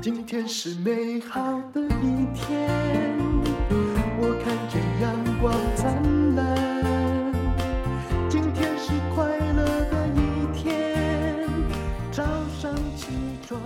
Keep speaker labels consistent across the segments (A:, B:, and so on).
A: 今天是美好的一天，我看见阳光灿烂。今天是快乐的一天，早上起床。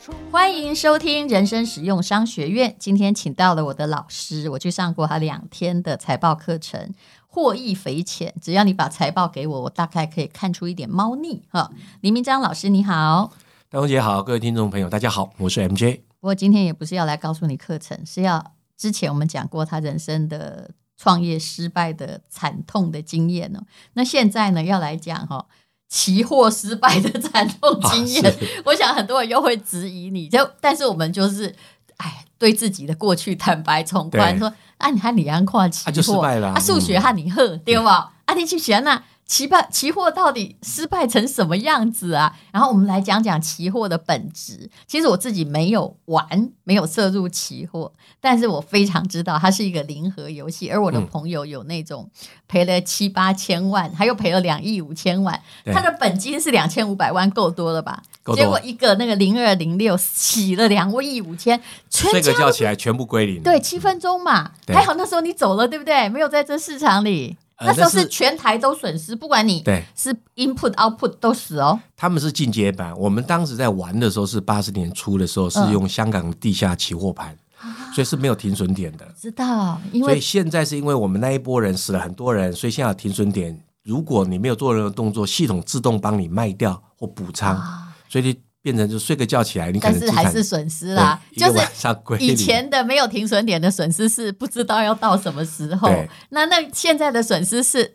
A: 充满
B: 欢迎收听人生实用商学院。今天请到了我的老师，我去上过他两天的财报课程，获益匪浅。只要你把财报给我，我大概可以看出一点猫腻哈。黎明章老师你好，
C: 大红姐好，各位听众朋友，大家好，我是 MJ。
B: 不过今天也不是要来告诉你课程，是要之前我们讲过他人生的创业失败的惨痛的经验哦。那现在呢，要来讲哦，期货失败的惨痛经验。
C: 啊 是
B: 我想很多人又会质疑你，就但是我们就是，哎，对自己的过去坦白从宽，
C: 对
B: 说啊，你看你安跨期货，
C: 啊就失败了啊
B: 啊，数学
C: 嗯
B: 和你喝、对吧？啊，你去学那期败期货到底失败成什么样子啊？然后我们来讲讲期货的本质。其实我自己没有玩，没有涉入期货，但是我非常知道它是一个零和游戏。而我的
C: 嗯
B: 朋友有那种赔了七八千万，还有赔了两亿五千万，
C: 对
B: 他的本金是两千五百万，够多了吧？
C: 够多
B: 结果一个那个零二零六洗了两亿五千，全
C: 这个
B: 家
C: 叫起来全部归零。
B: 对，七分钟嘛，
C: 对
B: 还好那时候你走了，对不对？没有在这市场里，
C: 呃
B: 那时候
C: 但是
B: 是全台都损失，不管你
C: 对
B: 是 input output 都死哦。
C: 他们是进阶版。我们当时在玩的时候是八十年初的时候，是
B: 嗯
C: 用香港地下期货盘，所以是没有停损点的。
B: 知道，因
C: 所以
B: 为
C: 现在是因为我们那一波人死了很多人，所以现在有停损点。如果你没有做任何动作，系统自动帮你卖掉或补仓，
B: 啊
C: 所以你变成就睡个觉起来，你可
B: 但
C: 能
B: 是还
C: 资
B: 是
C: 产
B: 损失
C: 对
B: 啦，
C: 一
B: 就
C: 个
B: 是
C: 晚上归零
B: 以前的没有停损点的损失是不知道要到什么时候
C: 对，
B: 那那现在的损失是，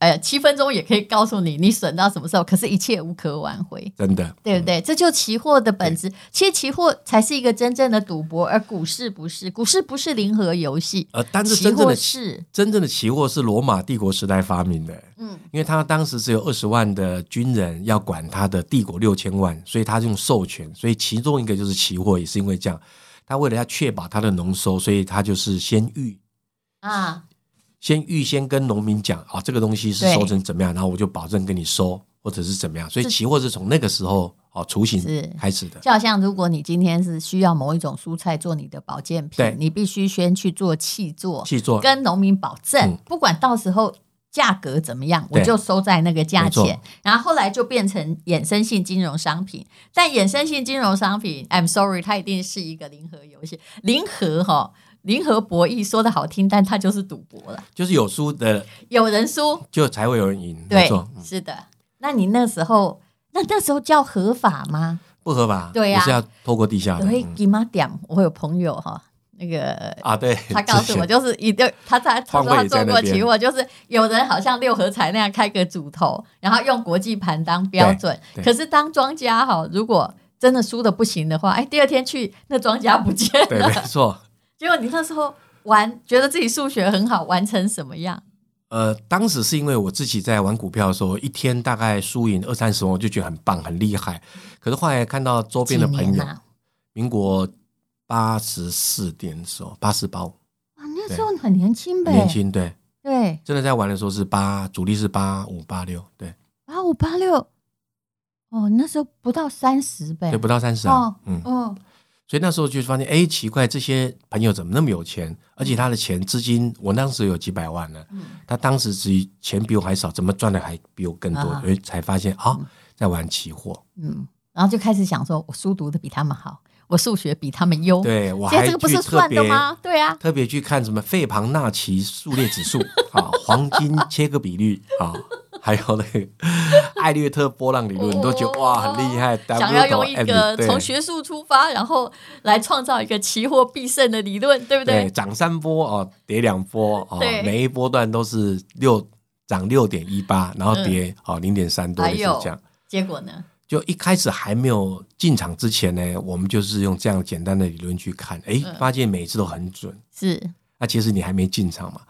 B: 呃，七分钟也可以告诉你你损到什么时候，可是一切无可挽回。
C: 真的
B: 对不对？这就期货的本质。其实期货才是一个真正的赌博，而股市不是。股市不是零和游戏，
C: 呃，但是
B: 期
C: 真正
B: 货
C: 的
B: 是
C: 真正的期货是罗马帝国时代发明的，
B: 嗯
C: 嗯，因为他当时只有二十万的军人要管他的帝国六千万，所以他用授权，所以其中一个就是期货，也是因为这样，他为了要确保他的农收，所以他就是先预
B: 啊，
C: 先预先跟农民讲啊，这个东西是收成怎么样，然后我就保证跟你收或者是怎么样，所以
B: 是
C: 期货是从那个时候哦雏形
B: 是
C: 开始的，
B: 就好像如果你今天是需要某一种蔬菜做你的保健品
C: 对，
B: 你必须先去做气做，
C: 去做
B: 跟农民保证，
C: 哦嗯
B: 不管到时候。价格怎么样，我
C: 对
B: 就收在那个价
C: 没
B: 钱
C: 错。
B: 然后后来就变成衍生性金融商品，但衍生性金融商品，I'm sorry，它一定是一个零和游戏。零和哈、零和博弈说的好听，但它就是赌博了。
C: 就是有输的
B: 有人输，
C: 就才会有人赢，没
B: 对
C: 错，，嗯
B: 是的。那你那时候，那那时候叫合法吗？
C: 不合法，
B: 对呀
C: 也是要透过地下的
B: 我会
C: 嗯
B: 给妈点，我有朋友哈，那个
C: 啊，对，
B: 他告诉我，
C: 之前
B: 就是一定他他他说
C: 方
B: 他
C: 位也在
B: 做
C: 那
B: 过
C: 边
B: 期货，就是有人好像六合彩那样开个主头，然后用国际盘当标准。
C: 对
B: 可是当庄家哈，如果真的输的不行的话，哎，第二天去那庄家不见
C: 对，
B: 了
C: 没。错。
B: 结果你那时候玩，觉得自己数学很好，玩成什么样？
C: 呃，当时是因为我自己在玩股票的时候，一天大概输赢二三十万，我就觉得很棒、很厉害。可是后来看到周
B: 几
C: 边的朋
B: 年
C: 友，
B: 啊？
C: 民国八十四年的时候，八十八
B: 哇，那时候很年轻呗，
C: 年轻，对，
B: 对，
C: 真的在玩的时候是八，主力是八五八六，对，
B: 八五八六，哦，那时候不到三十呗，
C: 对，不到三十啊，
B: 哦
C: 嗯，
B: 嗯，
C: 所以那时候就发现，哎，奇怪，这些朋友怎么那么有钱？而且他的钱资金，我当时有几百万
B: 嗯
C: 呢，他当时只钱比我还少，怎么赚的还比我更多？
B: 啊
C: 所以才发现啊，在玩期货。
B: 嗯，然后就开始想说，我书读的比他们好，我数学比他们优，，
C: 对，我
B: 哦现在
C: 还
B: 这个不
C: 去
B: 是
C: 特
B: 算
C: 别
B: 的吗？对啊，
C: 特别去看什么费庞纳奇数列指数啊，黄金切割比率啊，还有那个艾略特波浪理论，你都觉得哇很厉害。
B: 哦想要
C: W 头
B: 用一
C: M
B: 个
C: 对
B: 从学术出发，然后来创造一个期货必胜的理论，对不
C: 对
B: 对？
C: 涨三波哦，跌两波哦
B: 对，
C: 每一波段都是六涨六点一八，然
B: 嗯
C: 后跌哦零点三多
B: 还
C: 也是
B: 有
C: 这样。
B: 结果呢？
C: 就一开始还没有进场之前呢，我们就是用这样简单的理论去看，诶，
B: 嗯
C: 发现每一次都很准。
B: 是
C: 那其实你还没进场嘛。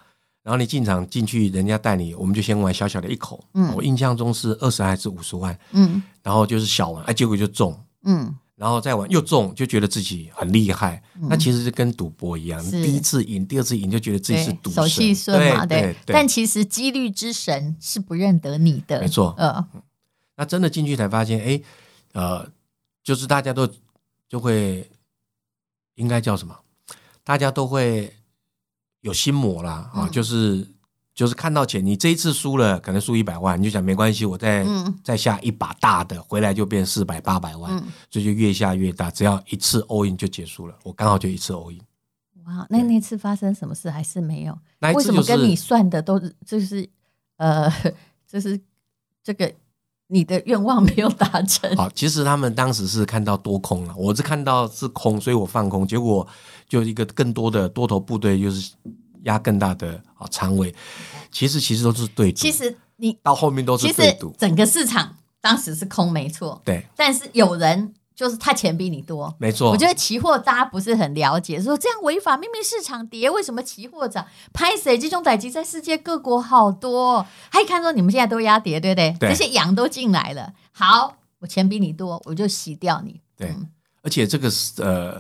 C: 然后你进场进去，人家带你，我们就先玩小小的一口。
B: 嗯
C: 我印象中是二十还是五十万，
B: 嗯
C: 然后就是小玩，哎、结果就中，
B: 嗯，
C: 然后再玩又中，就觉得自己很厉害。那其实就跟赌博一样，
B: 是
C: 第一次赢，第二次赢就觉得自己是
B: 对
C: 赌神，
B: 手气顺嘛，
C: 对
B: 对。
C: 对
B: 但其实几率之神是不认得你的，
C: 没错
B: 呃，
C: 那真的进去才发现，哎，呃，就是大家都就会应该叫什么？大家都会有心魔啦，啊，
B: 嗯
C: 就是就是看到钱，你这一次输了，可能输一百万，你就想没关系，我再、
B: 嗯
C: 再下一把大的，回来就变四百八百万，
B: 嗯，
C: 所以就越下越大，只要一次 all in 就结束了。我刚好就一次 all in，
B: 哇，那那次发生什么事还是没有？
C: 那一
B: 为
C: 次
B: 什
C: 就
B: 么
C: 是
B: 跟你算的都是就是呃， 就是这个你的愿望没有达成？
C: 好，啊其实他们当时是看到多空了，我是看到是空，所以我放空，结果就一个更多的多头部队就是压更大的啊仓位，其实其实都是对赌，
B: 其实你
C: 到后面都
B: 其
C: 是
B: 实
C: 对赌，
B: 整个市场当时是空没错，
C: 对，
B: 但是有人就是他钱比你多。
C: 没错，
B: 我觉得期货大家不是很了解，说这样违法，明明市场跌，为什么期货涨？拍谁这种代机在世界各国好多哦，还看说你们现在都压跌，对不对？
C: 对
B: 这些羊都进来了，好，我钱比你多，我就洗掉你。
C: 对
B: 嗯
C: 而且这个是呃，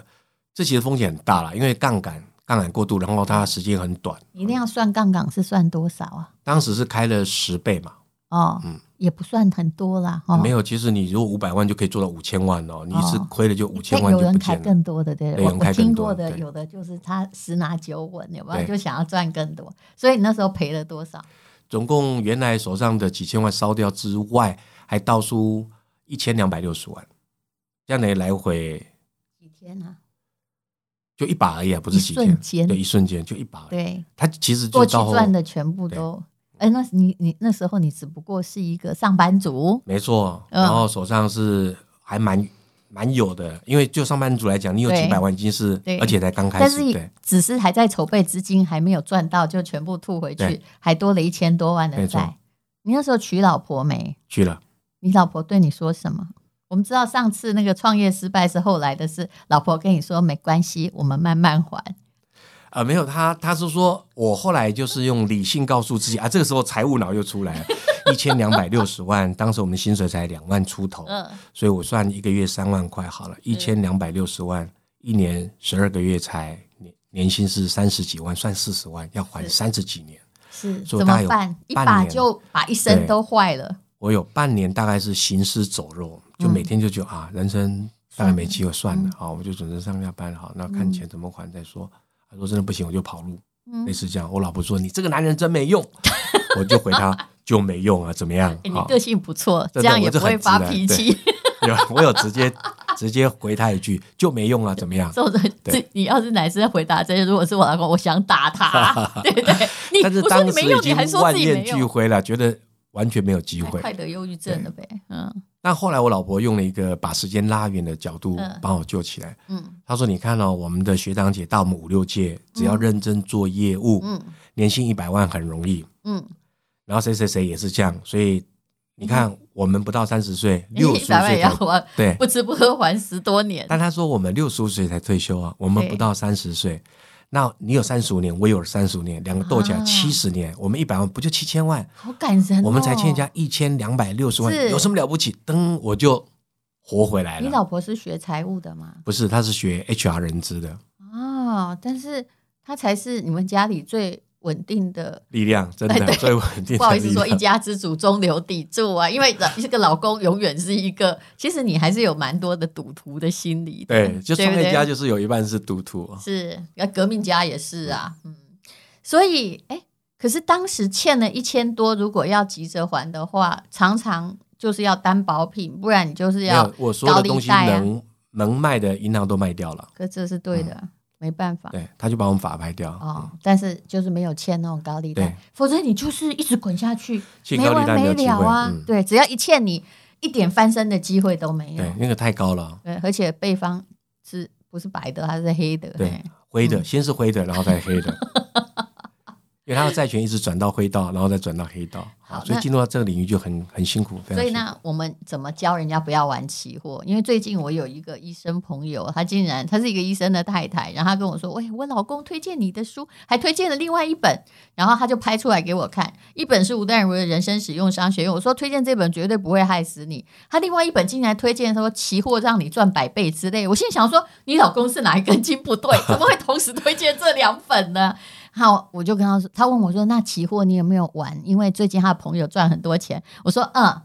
C: 这其实风险很大了，因为杠杆杠杆过度，然后它时间很短，
B: 你一定要算杠杆是算多少啊？
C: 当时是开了十倍嘛，
B: 哦，
C: 嗯
B: 也不算很多啦，哦，
C: 没有，其实你如果五百万就可以做到五千万哦，你一次
B: 哦
C: 亏了就五千
B: 但
C: 万
B: 有
C: 就
B: 人
C: 不
B: 开
C: 见了
B: 更。多的，对
C: 对
B: 我
C: 有人
B: 我
C: 开更
B: 听
C: 多
B: 过
C: 的
B: 的，
C: 对
B: 有的就是他十拿九稳，有没有
C: 对
B: 就想要赚更多，所以你那时候赔了多少？
C: 总共原来手上的几千万烧掉之外，还倒出一千两百六十万，这样的来回
B: 几天啊？
C: 就一把而已啊，不是几
B: 一
C: 天
B: 瞬，间
C: 对，一瞬间就一把而已。
B: 对，
C: 他其实啊就
B: 过去
C: 到后，
B: 赚的全部都，哎，那你你那时候你只不过是一个上班族，
C: 没错，
B: 嗯
C: 然后手上是还蛮蛮有的，因为就上班族来讲，你有
B: 对
C: 几百万已经是
B: 对，
C: 而且才刚开
B: 但
C: 始，对
B: 是。只是还在筹备资金，还没有赚到，就全部吐回去
C: 对，
B: 还多了一千多万的
C: 没错
B: 债。你那时候娶老婆没？
C: 去了，
B: 你老婆对你说什么？我们知道上次那个创业失败是后来的事，老婆跟你说没关系，我们慢慢还。
C: 啊，没有他，他是说我后来就是用理性告诉自己啊，这个时候财务脑又 出来了，一千两百六十万，当时我们薪水才两万出头，
B: 嗯，
C: 所以我算一个月三万块好了，一千两百六十万，一年十二个月才年年薪是三十几万，算四十万，要还
B: 是
C: 三十几年，
B: 是
C: 所以
B: 怎
C: 大概
B: 么
C: 有
B: 办？一
C: 半
B: 把
C: 年
B: 就把一生
C: 对
B: 都坏了。
C: 我有半年大概是行尸走肉，就
B: 嗯
C: 每天就觉得啊，人生大概没机会算
B: 嗯
C: 了，啊好，我就准时上下班，好，那看钱怎么还再说。他说真的不行，我就跑路，
B: 嗯
C: 类，似这样。我老婆说你这个男人真没用， 我就回她就没用啊，怎么样？
B: 哎诶你
C: 好
B: 个性不错，这
C: 真的
B: 样
C: 我
B: 也不
C: 这很
B: 会
C: 直
B: 发
C: 男
B: 脾
C: 对
B: 气。
C: 有我有直接直接回她一句就没用啊，怎么样？
B: 这种
C: 对
B: 这你要是男生回答这些，如果是我老公，我想打他， 对不对？你
C: 但是
B: 我说
C: 当
B: 你
C: 时
B: 没
C: 已
B: 用，你
C: 经
B: 还说
C: 万
B: 自己
C: 念
B: 没
C: 俱
B: 用，
C: 灰了，觉得完全没有机会
B: 快。得忧郁症了呗。嗯
C: 但后来我老婆用了一个把时间拉远的角度
B: 嗯
C: 帮我救起来。
B: 嗯
C: 她说：“你看哦，我们的学长姐到我们五六届，只要认真做业务，
B: 嗯
C: 年薪一百万很容易。
B: 嗯，
C: 然后谁谁谁也是这样，所以你看，我们不到三十岁，六
B: 你
C: 十
B: 嗯一百万
C: 岁
B: 也哎要
C: 才
B: 还，
C: 对。
B: 不吃不喝还十多年。
C: 但她说我们六十五岁才退休啊，我们
B: 对
C: 不到三十岁。”那你有三十五年，我有三十五年，两个斗起来
B: 啊
C: 七十年，我们一百万不就七千万？
B: 好感人、哦，
C: 我们才欠人家一千两百六十万
B: 是，
C: 有什么了不起？噔，我就活回来
B: 你老
C: 了。
B: 婆是学财务的吗？
C: 不是，他是学 HR 人资的
B: 哦，但是她才是你们家里最稳定的。
C: 力量，真的
B: 对
C: 最稳定
B: 不好
C: 的
B: 意思
C: 力
B: 说，一
C: 量。
B: 家之主中流砥柱啊，因为老这个老公永远是一个，其实你还是有蛮多的赌徒的心理的。
C: 对，就
B: 对
C: 创
B: 不
C: 业家
B: 对
C: 就是有一半是赌徒，哦
B: 是，要革命家也是啊，嗯，所以哎，可是当时欠了一千多，如果要急着还的话，常常就是要担保品，不然你就是
C: 没
B: 要
C: 有我所有
B: 高
C: 的
B: 利
C: 东西
B: 贷啊。
C: 能能卖的银行都卖掉了，
B: 可这是对的，没办法。
C: 对，他就把我们法拍掉。
B: 哦，但是就是没有欠那种高利贷
C: 对，
B: 否则你就是一直滚下去，
C: 欠
B: 没
C: 高
B: 完
C: 利贷没
B: 没
C: 有机
B: 了
C: 会
B: 啊。
C: 嗯
B: 对，只要一欠你，一点翻身的机会都没有。
C: 对，那个太高了，
B: 对，而且被方是不是白的，他是黑的。
C: 对
B: 嘿，
C: 灰
B: 嗯
C: 的先是灰的，然后再黑的， 因为他的债权一直转到灰道，然后再转到黑道，
B: 好
C: 所以
B: 那
C: 进入到这个领域就很很辛苦，非常
B: 所以
C: 辛苦。
B: 呢，我们怎么教人家不要玩期货？因为最近我有一个医生朋友，他竟然他是一个医生的太太，然后他跟我说：“喂，我老公推荐你的书，还推荐了另外一本。”然后他就拍出来给我看，一本是吴淡如的《人生使用商学院》，我说推荐这本绝对不会害死你。他另外一本竟然推荐说期货让你赚百倍之类，我心里想说，你老公是哪一根筋不对，怎么会同时推荐这两本呢？好，我就跟他说，他问我说：“那期货你有没有玩？”因为最近他的朋友赚很多钱，我说：“嗯，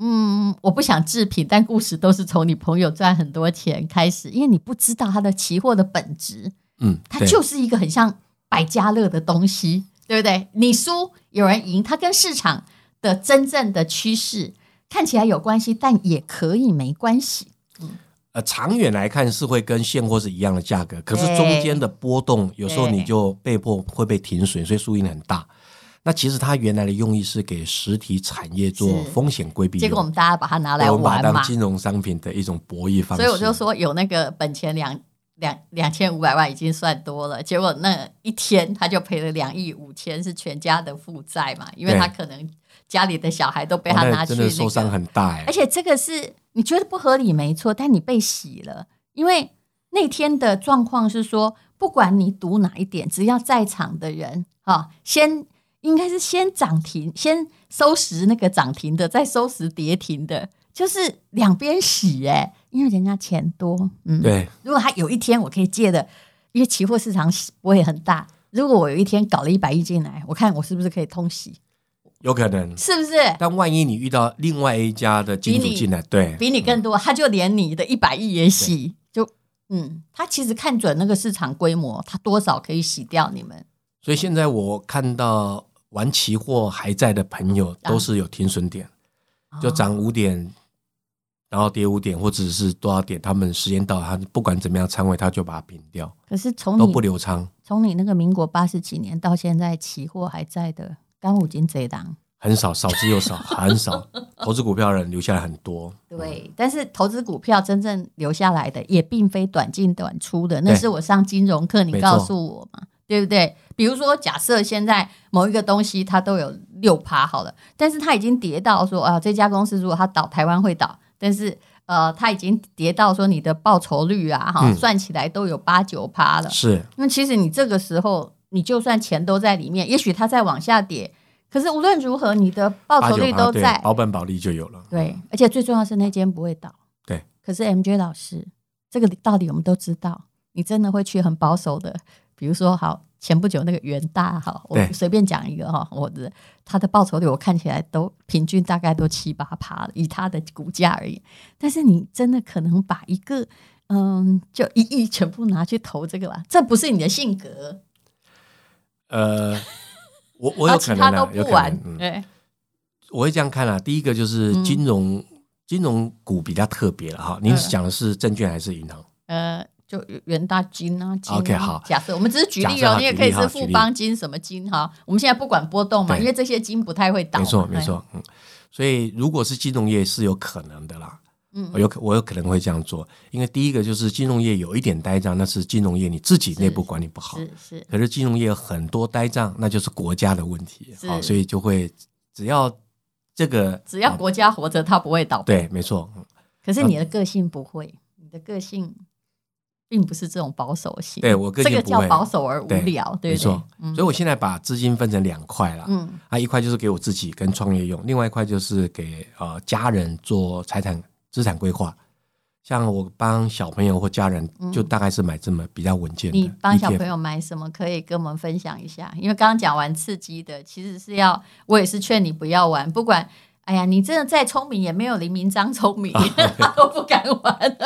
B: 嗯，我不想置评，但故事都是从你朋友赚很多钱开始，因为你不知道它的期货的本质，
C: 嗯，
B: 它
C: 对
B: 就是一个很像百家乐的东西，对不对？你输有人赢，它跟市场的真正的趋势看起来有关系，但也可以没关系。
C: 呃，长远来看是会跟现货是一样的价格，可是
B: 对
C: 中间的波动有时候
B: 对
C: 你就被迫会被停损，所以输赢很大。那其实它原来的用意是给实体产业做
B: 是
C: 风险规避用，
B: 结果我们大家把它拿来
C: 我们把
B: 玩
C: 它
B: 嘛
C: 当，金融商品的一种博弈方式。
B: 所以我就说有那个本钱两两两千五百万已经算多了，结果那一天他就赔了两亿五千，是全家的负债嘛，因为
C: 对
B: 他可能家里的小孩都被
C: 哇
B: 他
C: 啊那
B: 拿去、
C: 真
B: 那
C: 的
B: 个，
C: 受伤很大哎、
B: 而且这个是你觉得不合理没错，但你被洗了，因为那天的状况是说，不管你赌哪一点，只要在场的人啊、先应该是先涨停，先收拾那个涨停的，再收拾跌停的，就是两边洗哎、因为人家钱多，嗯，。
C: 对，
B: 如果他有一天我可以借的，因为期货市场我也很大，如果我有一天搞了一百亿进来，我看我是不是可以通洗，
C: 有可能。
B: 是不是？
C: 但万一你遇到另外一家的金主
B: 比你
C: 进来，对，
B: 比你更多，他就连你的一百亿也洗，就嗯，他其实看准那个市场规模，他多少可以洗掉你们。
C: 所以现在我看到玩期货还在的朋友，
B: 啊
C: 都是有停损点， 就
B: 哦
C: 涨五点，然后跌五点，或者是多少点，他们时间到，他不管怎么样仓位，他就把它平掉，
B: 可是从
C: 都不
B: 你
C: 留仓，
B: 从你那个民国八十几年到现在，期货还在的干五金贼狼，
C: 很少，少之又少，很少。投资股票的人留下来很多，嗯
B: 对，但是投资股票真正留下来的也并非短进短出的，那
C: 对
B: 是我上金融课你
C: 没
B: 告
C: 错
B: 诉我嘛，对不对？比如说，假设现在某一个东西它都有六趴好了，但是它已经跌到说啊，这家公司如果它倒，台湾会倒，但是呃，它已经跌到说你的报酬率啊，哈，
C: 嗯
B: 算起来都有八九趴了
C: 嗯，。是
B: 那其实你这个时候，你就算钱都在里面，也许它再往下跌，可是无论如何，你的报酬率
C: 八
B: 都
C: 对
B: 在，
C: 保本保利就有了。
B: 对，而且最重要是那间不会倒。
C: 对。
B: 可是 MJ 老师，这个道理我们都知道，你真的会去很保守的，比如说好。前不久那个元大哈，我
C: 对
B: 随便讲一个哈，我的它的报酬率我看起来都平均大概都七八趴了，以它的股价而言。但是你真的可能把一个嗯，就一亿全部拿去投这个吧，这不是你的性格。
C: 呃，我
B: 然
C: 我有
B: 哦后其
C: 可
B: 他
C: 能
B: 都
C: 啊，有
B: 不
C: 可
B: 玩
C: 能。，嗯，
B: 对，
C: 我会这样看啊。第一个就是
B: 嗯
C: 金融、金融股比较特别了哈。您讲的是证券还是银行？
B: 呃，就元大金啊，金啊
C: OK，好
B: 假设我们只是举例
C: 假设
B: 哦
C: 好，
B: 你也可以
C: 举例
B: 是
C: 哈
B: 富邦金什么金哈。我们现在不管波动嘛，
C: 对
B: 因为这些金不太会倒。哎
C: 没错，没。错，嗯。所以如果是金融业是有可能的啦，
B: 嗯
C: 我有可我有可能会这样做，因为第一个就是金融业有一点呆账，那是金融业你自己内部管理不好。
B: 是是，
C: 可是金融业很多呆账，那就是国家的问题
B: 是
C: 啊，所以就会只要这个
B: 只要
C: 啊
B: 国家活着，它不会倒。，
C: 对，没错，嗯
B: 可是你的个性不会，你的个性并不是这种保守型。
C: 对我个
B: 这
C: 性
B: 个
C: 不会
B: 叫保守而无聊，对不对
C: 没错？。所以我现在把资金分成两块啦，
B: 嗯，
C: 啊，一块就是给我自己跟创业用，另外一块就是给呃家人做财产资产规划。像我帮小朋友或家人，就大概是买这么比较稳健的 ETF。
B: 嗯你帮小朋友买什么可以跟我们分享一下？因为刚刚讲完刺激的，其实是要我也是劝你不要玩，不管。哎呀，你真的再聪明也没有林明章聪
C: 啊
B: 明，他都不敢玩。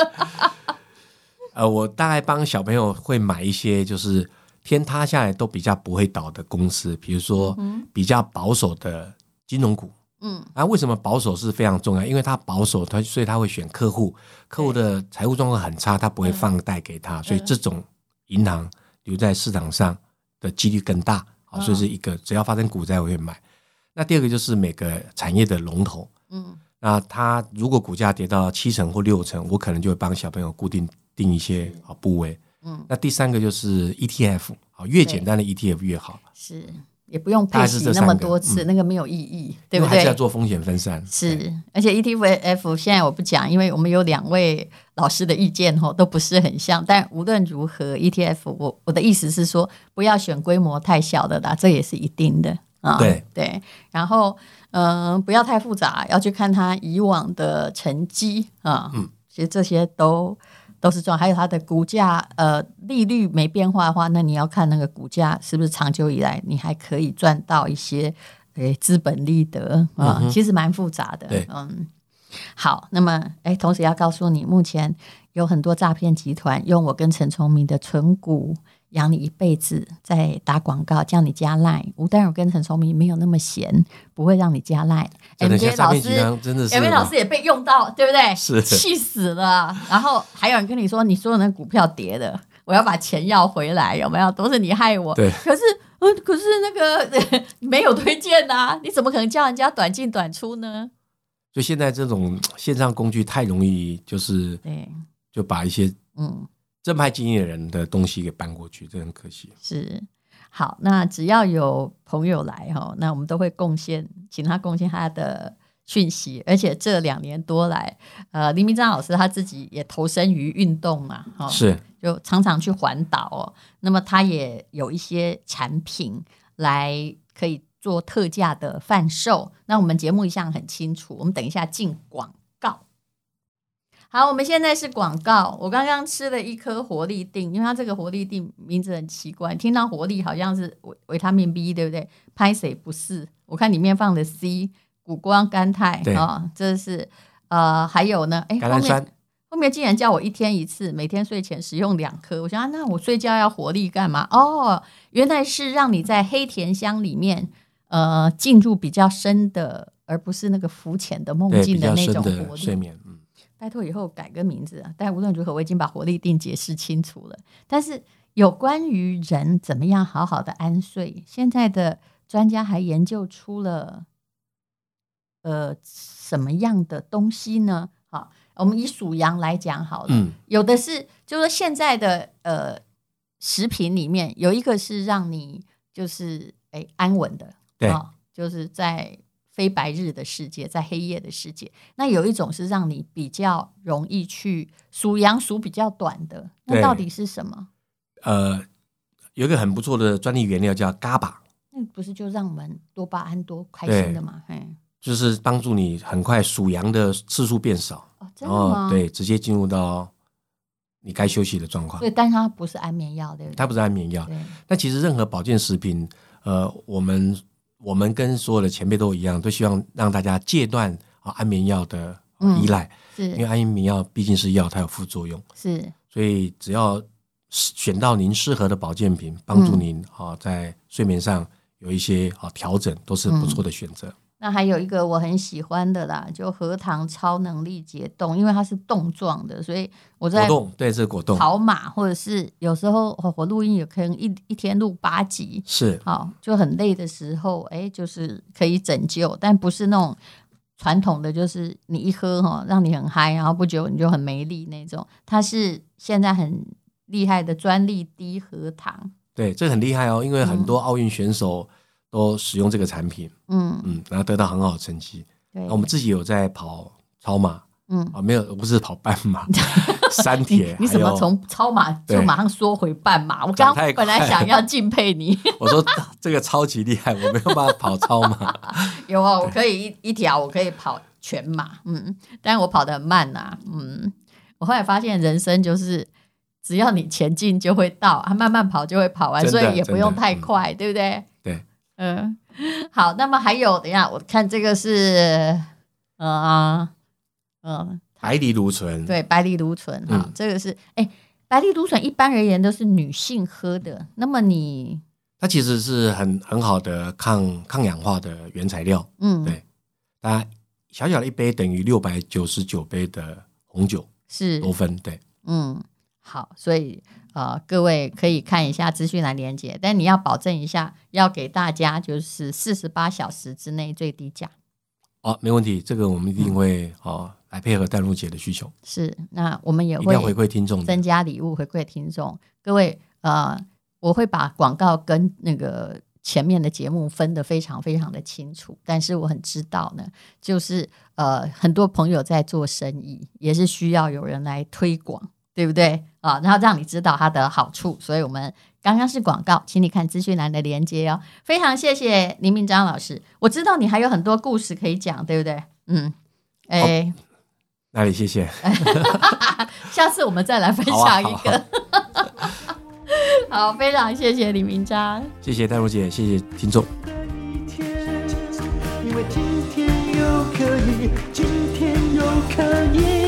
C: 呃，我大概帮小朋友会买一些就是天塌下来都比较不会倒的公司，比如说比较保守的金融股。
B: 嗯，
C: 啊，为什么保守是非常重要？因为他保守，他所以他会选客户，客户的财务状况很差，他不
B: 嗯
C: 会放贷给他，所以这种银行留在市场上的几率更大。好，
B: 嗯
C: 所以是一个只要发生股灾，我会买。那第二个就是每个产业的龙头，
B: 嗯，
C: 那它如果股价跌到七成或六成，我可能就会帮小朋友固定定一些啊部位。
B: 嗯，
C: 那第三个就是 ETF，好，越简单的 ETF 越好，
B: 是也不用
C: 大
B: 配
C: 概是
B: 息
C: 这
B: 那么
C: 三个嗯
B: 多次，那个没有意义，对
C: 因为
B: 不
C: 还
B: 对
C: 是要？做风险分散。对，
B: 是，而且 E ETF 现在我不讲，因为我们有两位老师的意见吼都不是很像。但无论如何，ETF 我我的意思是说，不要选规模太小的啦，这也是一定的啊。
C: 对
B: 对，然后嗯、呃不要太复杂，要去看他以往的成绩啊。嗯，其实这些都都是重要，还有它的股价呃利率没变化的话，那你要看那个股价是不是长久以来你还可呃以赚到一些诶资本利得啊，其实蛮复杂的。
C: 嗯对
B: 嗯，好，那么哎，同时要告诉你，目前有很多诈骗集团用我跟陈崇明的存股养你一辈子，在打广告叫你加赖。吴丹友跟陈崇明没有那么闲，不会让你加赖。
C: 真的，现在
B: MJ
C: 诈
B: 老
C: 骗集
B: 师。
C: 团真的是
B: M V 老师也被用到，对不对？
C: 是
B: 气死了。然后还有人跟你说，你说的那股票跌的，我要把钱要回来，有没有？都是你害我。
C: 对
B: 可是，呃，可是那个 没有推荐啊，你怎么可能叫人家短进短出呢？
C: 就现在这种线上工具太容易，就是
B: 对，
C: 就把一些
B: 嗯，
C: 正派经营的人的东西给搬过去，这很可惜。
B: 是。好，那只要有朋友来哈，那我们都会贡献，请他贡献他的讯息。而且这两年多来，呃，林明章老师他自己也投身于运动嘛，哈，
C: 是
B: 就常常去环岛哦。那么他也有一些产品来可以做特价的贩售。那我们节目一向很清楚，我们等一下进广告。好，我们现在是广告。我刚刚吃了一颗活力定，因为它这个活力定名字很奇怪，听到活力好像是维维他命 B，对不对？拍谁不是？我看里面放的 C，谷胱甘肽
C: 对
B: 哦，这是呃，还有呢，哎，
C: 橄
B: 后
C: 榄
B: 面
C: 酸
B: 后面竟然叫我一天一次，每天睡前使用两颗。我想、啊、那我睡觉要活力干嘛？哦，原来是让你在黑甜香里面，呃，进入比较深的，而不是那个浮浅的梦
C: 对
B: 境
C: 比较
B: 那
C: 深
B: 种活
C: 的
B: 力
C: 睡。眠，嗯，
B: 拜托以后改个名字、啊。但无论如何，我已经把活力定解释清楚了。但是有关于人怎么样好好的安睡，现在的专家还研究出了呃什么样的东西呢？好，我们以属羊来讲好了。
C: 嗯
B: 有的是，就是说现在的呃食品里面有一个是让你就是哎安稳的，
C: 对
B: 啊就是在非白日的世界，在黑夜的世界。那有一种是让你比较容易去数羊数比较短的，那
C: 对
B: 到底是什么？
C: 呃，有一个很不错的专利原料叫 GABA，
B: 那不是就让我们多巴胺多开心的吗？哎，
C: 就是帮助你很快数羊的次数变少，
B: 哦，真
C: 然
B: 的
C: 后
B: 吗？，
C: 对直接进入到你该休息的状况
B: 所以。但它不是安眠药，对不对？
C: 它不是安眠药，
B: 对，
C: 那其实任何保健食品，呃，我们我们跟所有的前辈都一样，都希望让大家戒断啊安眠药的呃
B: 嗯
C: 依赖，因为
B: 是
C: 安眠药毕竟是药，它有副作用，
B: 是，
C: 所以只要选到您适合的保健品，帮助您啊、在睡眠上有一些啊调整，都是不错的选择。
B: 那还有一个我很喜欢的啦，就荷塘超能力解冻，因为它是冻状的，所以我
C: 果
B: 在
C: 冻，对，这是果冻，
B: 跑马或者是有时候哦我录音也可能一一天录八集，
C: 是
B: 好、就很累的时候，哎，就是可以拯救，但不是那种传统的，就是你一喝哈、让你很嗨，然后不久你就很没力那种。它是现在很厉害的专利低荷糖，
C: 对，这很厉害哦，因为很多奥运选手都使用这个产品，
B: 嗯，
C: 嗯，然后得到很好的成绩。
B: 对，
C: 嗯那我们自己有在跑超马。
B: 嗯。
C: 啊，没有，不是跑半 马，三铁
B: 你。你怎
C: 还
B: 么
C: 有
B: 从超马就
C: 对
B: 马上缩回半马？我刚
C: 讲太快
B: 本来想要敬佩你，
C: 我说这个超级厉害，我没有办法跑超马。
B: 有啊，我可以一一条，我可以跑全马，嗯，但我跑得很慢呐、嗯，我后来发现人生就是只要你前进就会到，啊，慢慢跑就会跑完，
C: 真
B: 所
C: 的
B: 以也不用太
C: 真的嗯
B: 快，对不对？
C: 对，
B: 嗯，好，那么还有，等一下我看这个是，呃，呃，
C: 白藜芦醇，，
B: 对，白藜芦醇哈、
C: 嗯
B: 这个是，哎，白藜芦醇一般而言都是女性喝的，那么你，
C: 它其实是很很好的抗抗氧化的原材料。
B: 嗯，
C: 对它小小的一杯等于六百九十九杯的红酒
B: 是
C: 多酚，对，
B: 嗯，好，所以呃，各位可以看一下资讯栏连接，但你要保证一下，要给大家就是四十八小时之内最低价。
C: 哦，没问题，这个我们一
B: 嗯
C: 定会哦来配合淡如姐的需求，
B: 是，那我们也
C: 一定
B: 会
C: 要回馈听众的
B: 增。加礼物回馈听众。各位，呃，我会把广告跟那个前面的节目分得非常非常的清楚，但是我很知道呢，就是呃，很多朋友在做生意，也是需要有人来推广，对不对啊？然后让你知道它的好处，所以我们。刚刚是广告，请你看资讯栏的连接哦。非常谢谢林明章老师，我知道你还有很多故事可以讲，对不对？嗯，哎、
C: 那里谢谢，
B: 下次我们再来分
C: 好啊
B: 享一
C: 好啊
B: 个。 好，非常谢谢李明章。
C: 谢谢淡如姐，谢谢听众。
A: 的一天，因为今天又可以，今天又可以。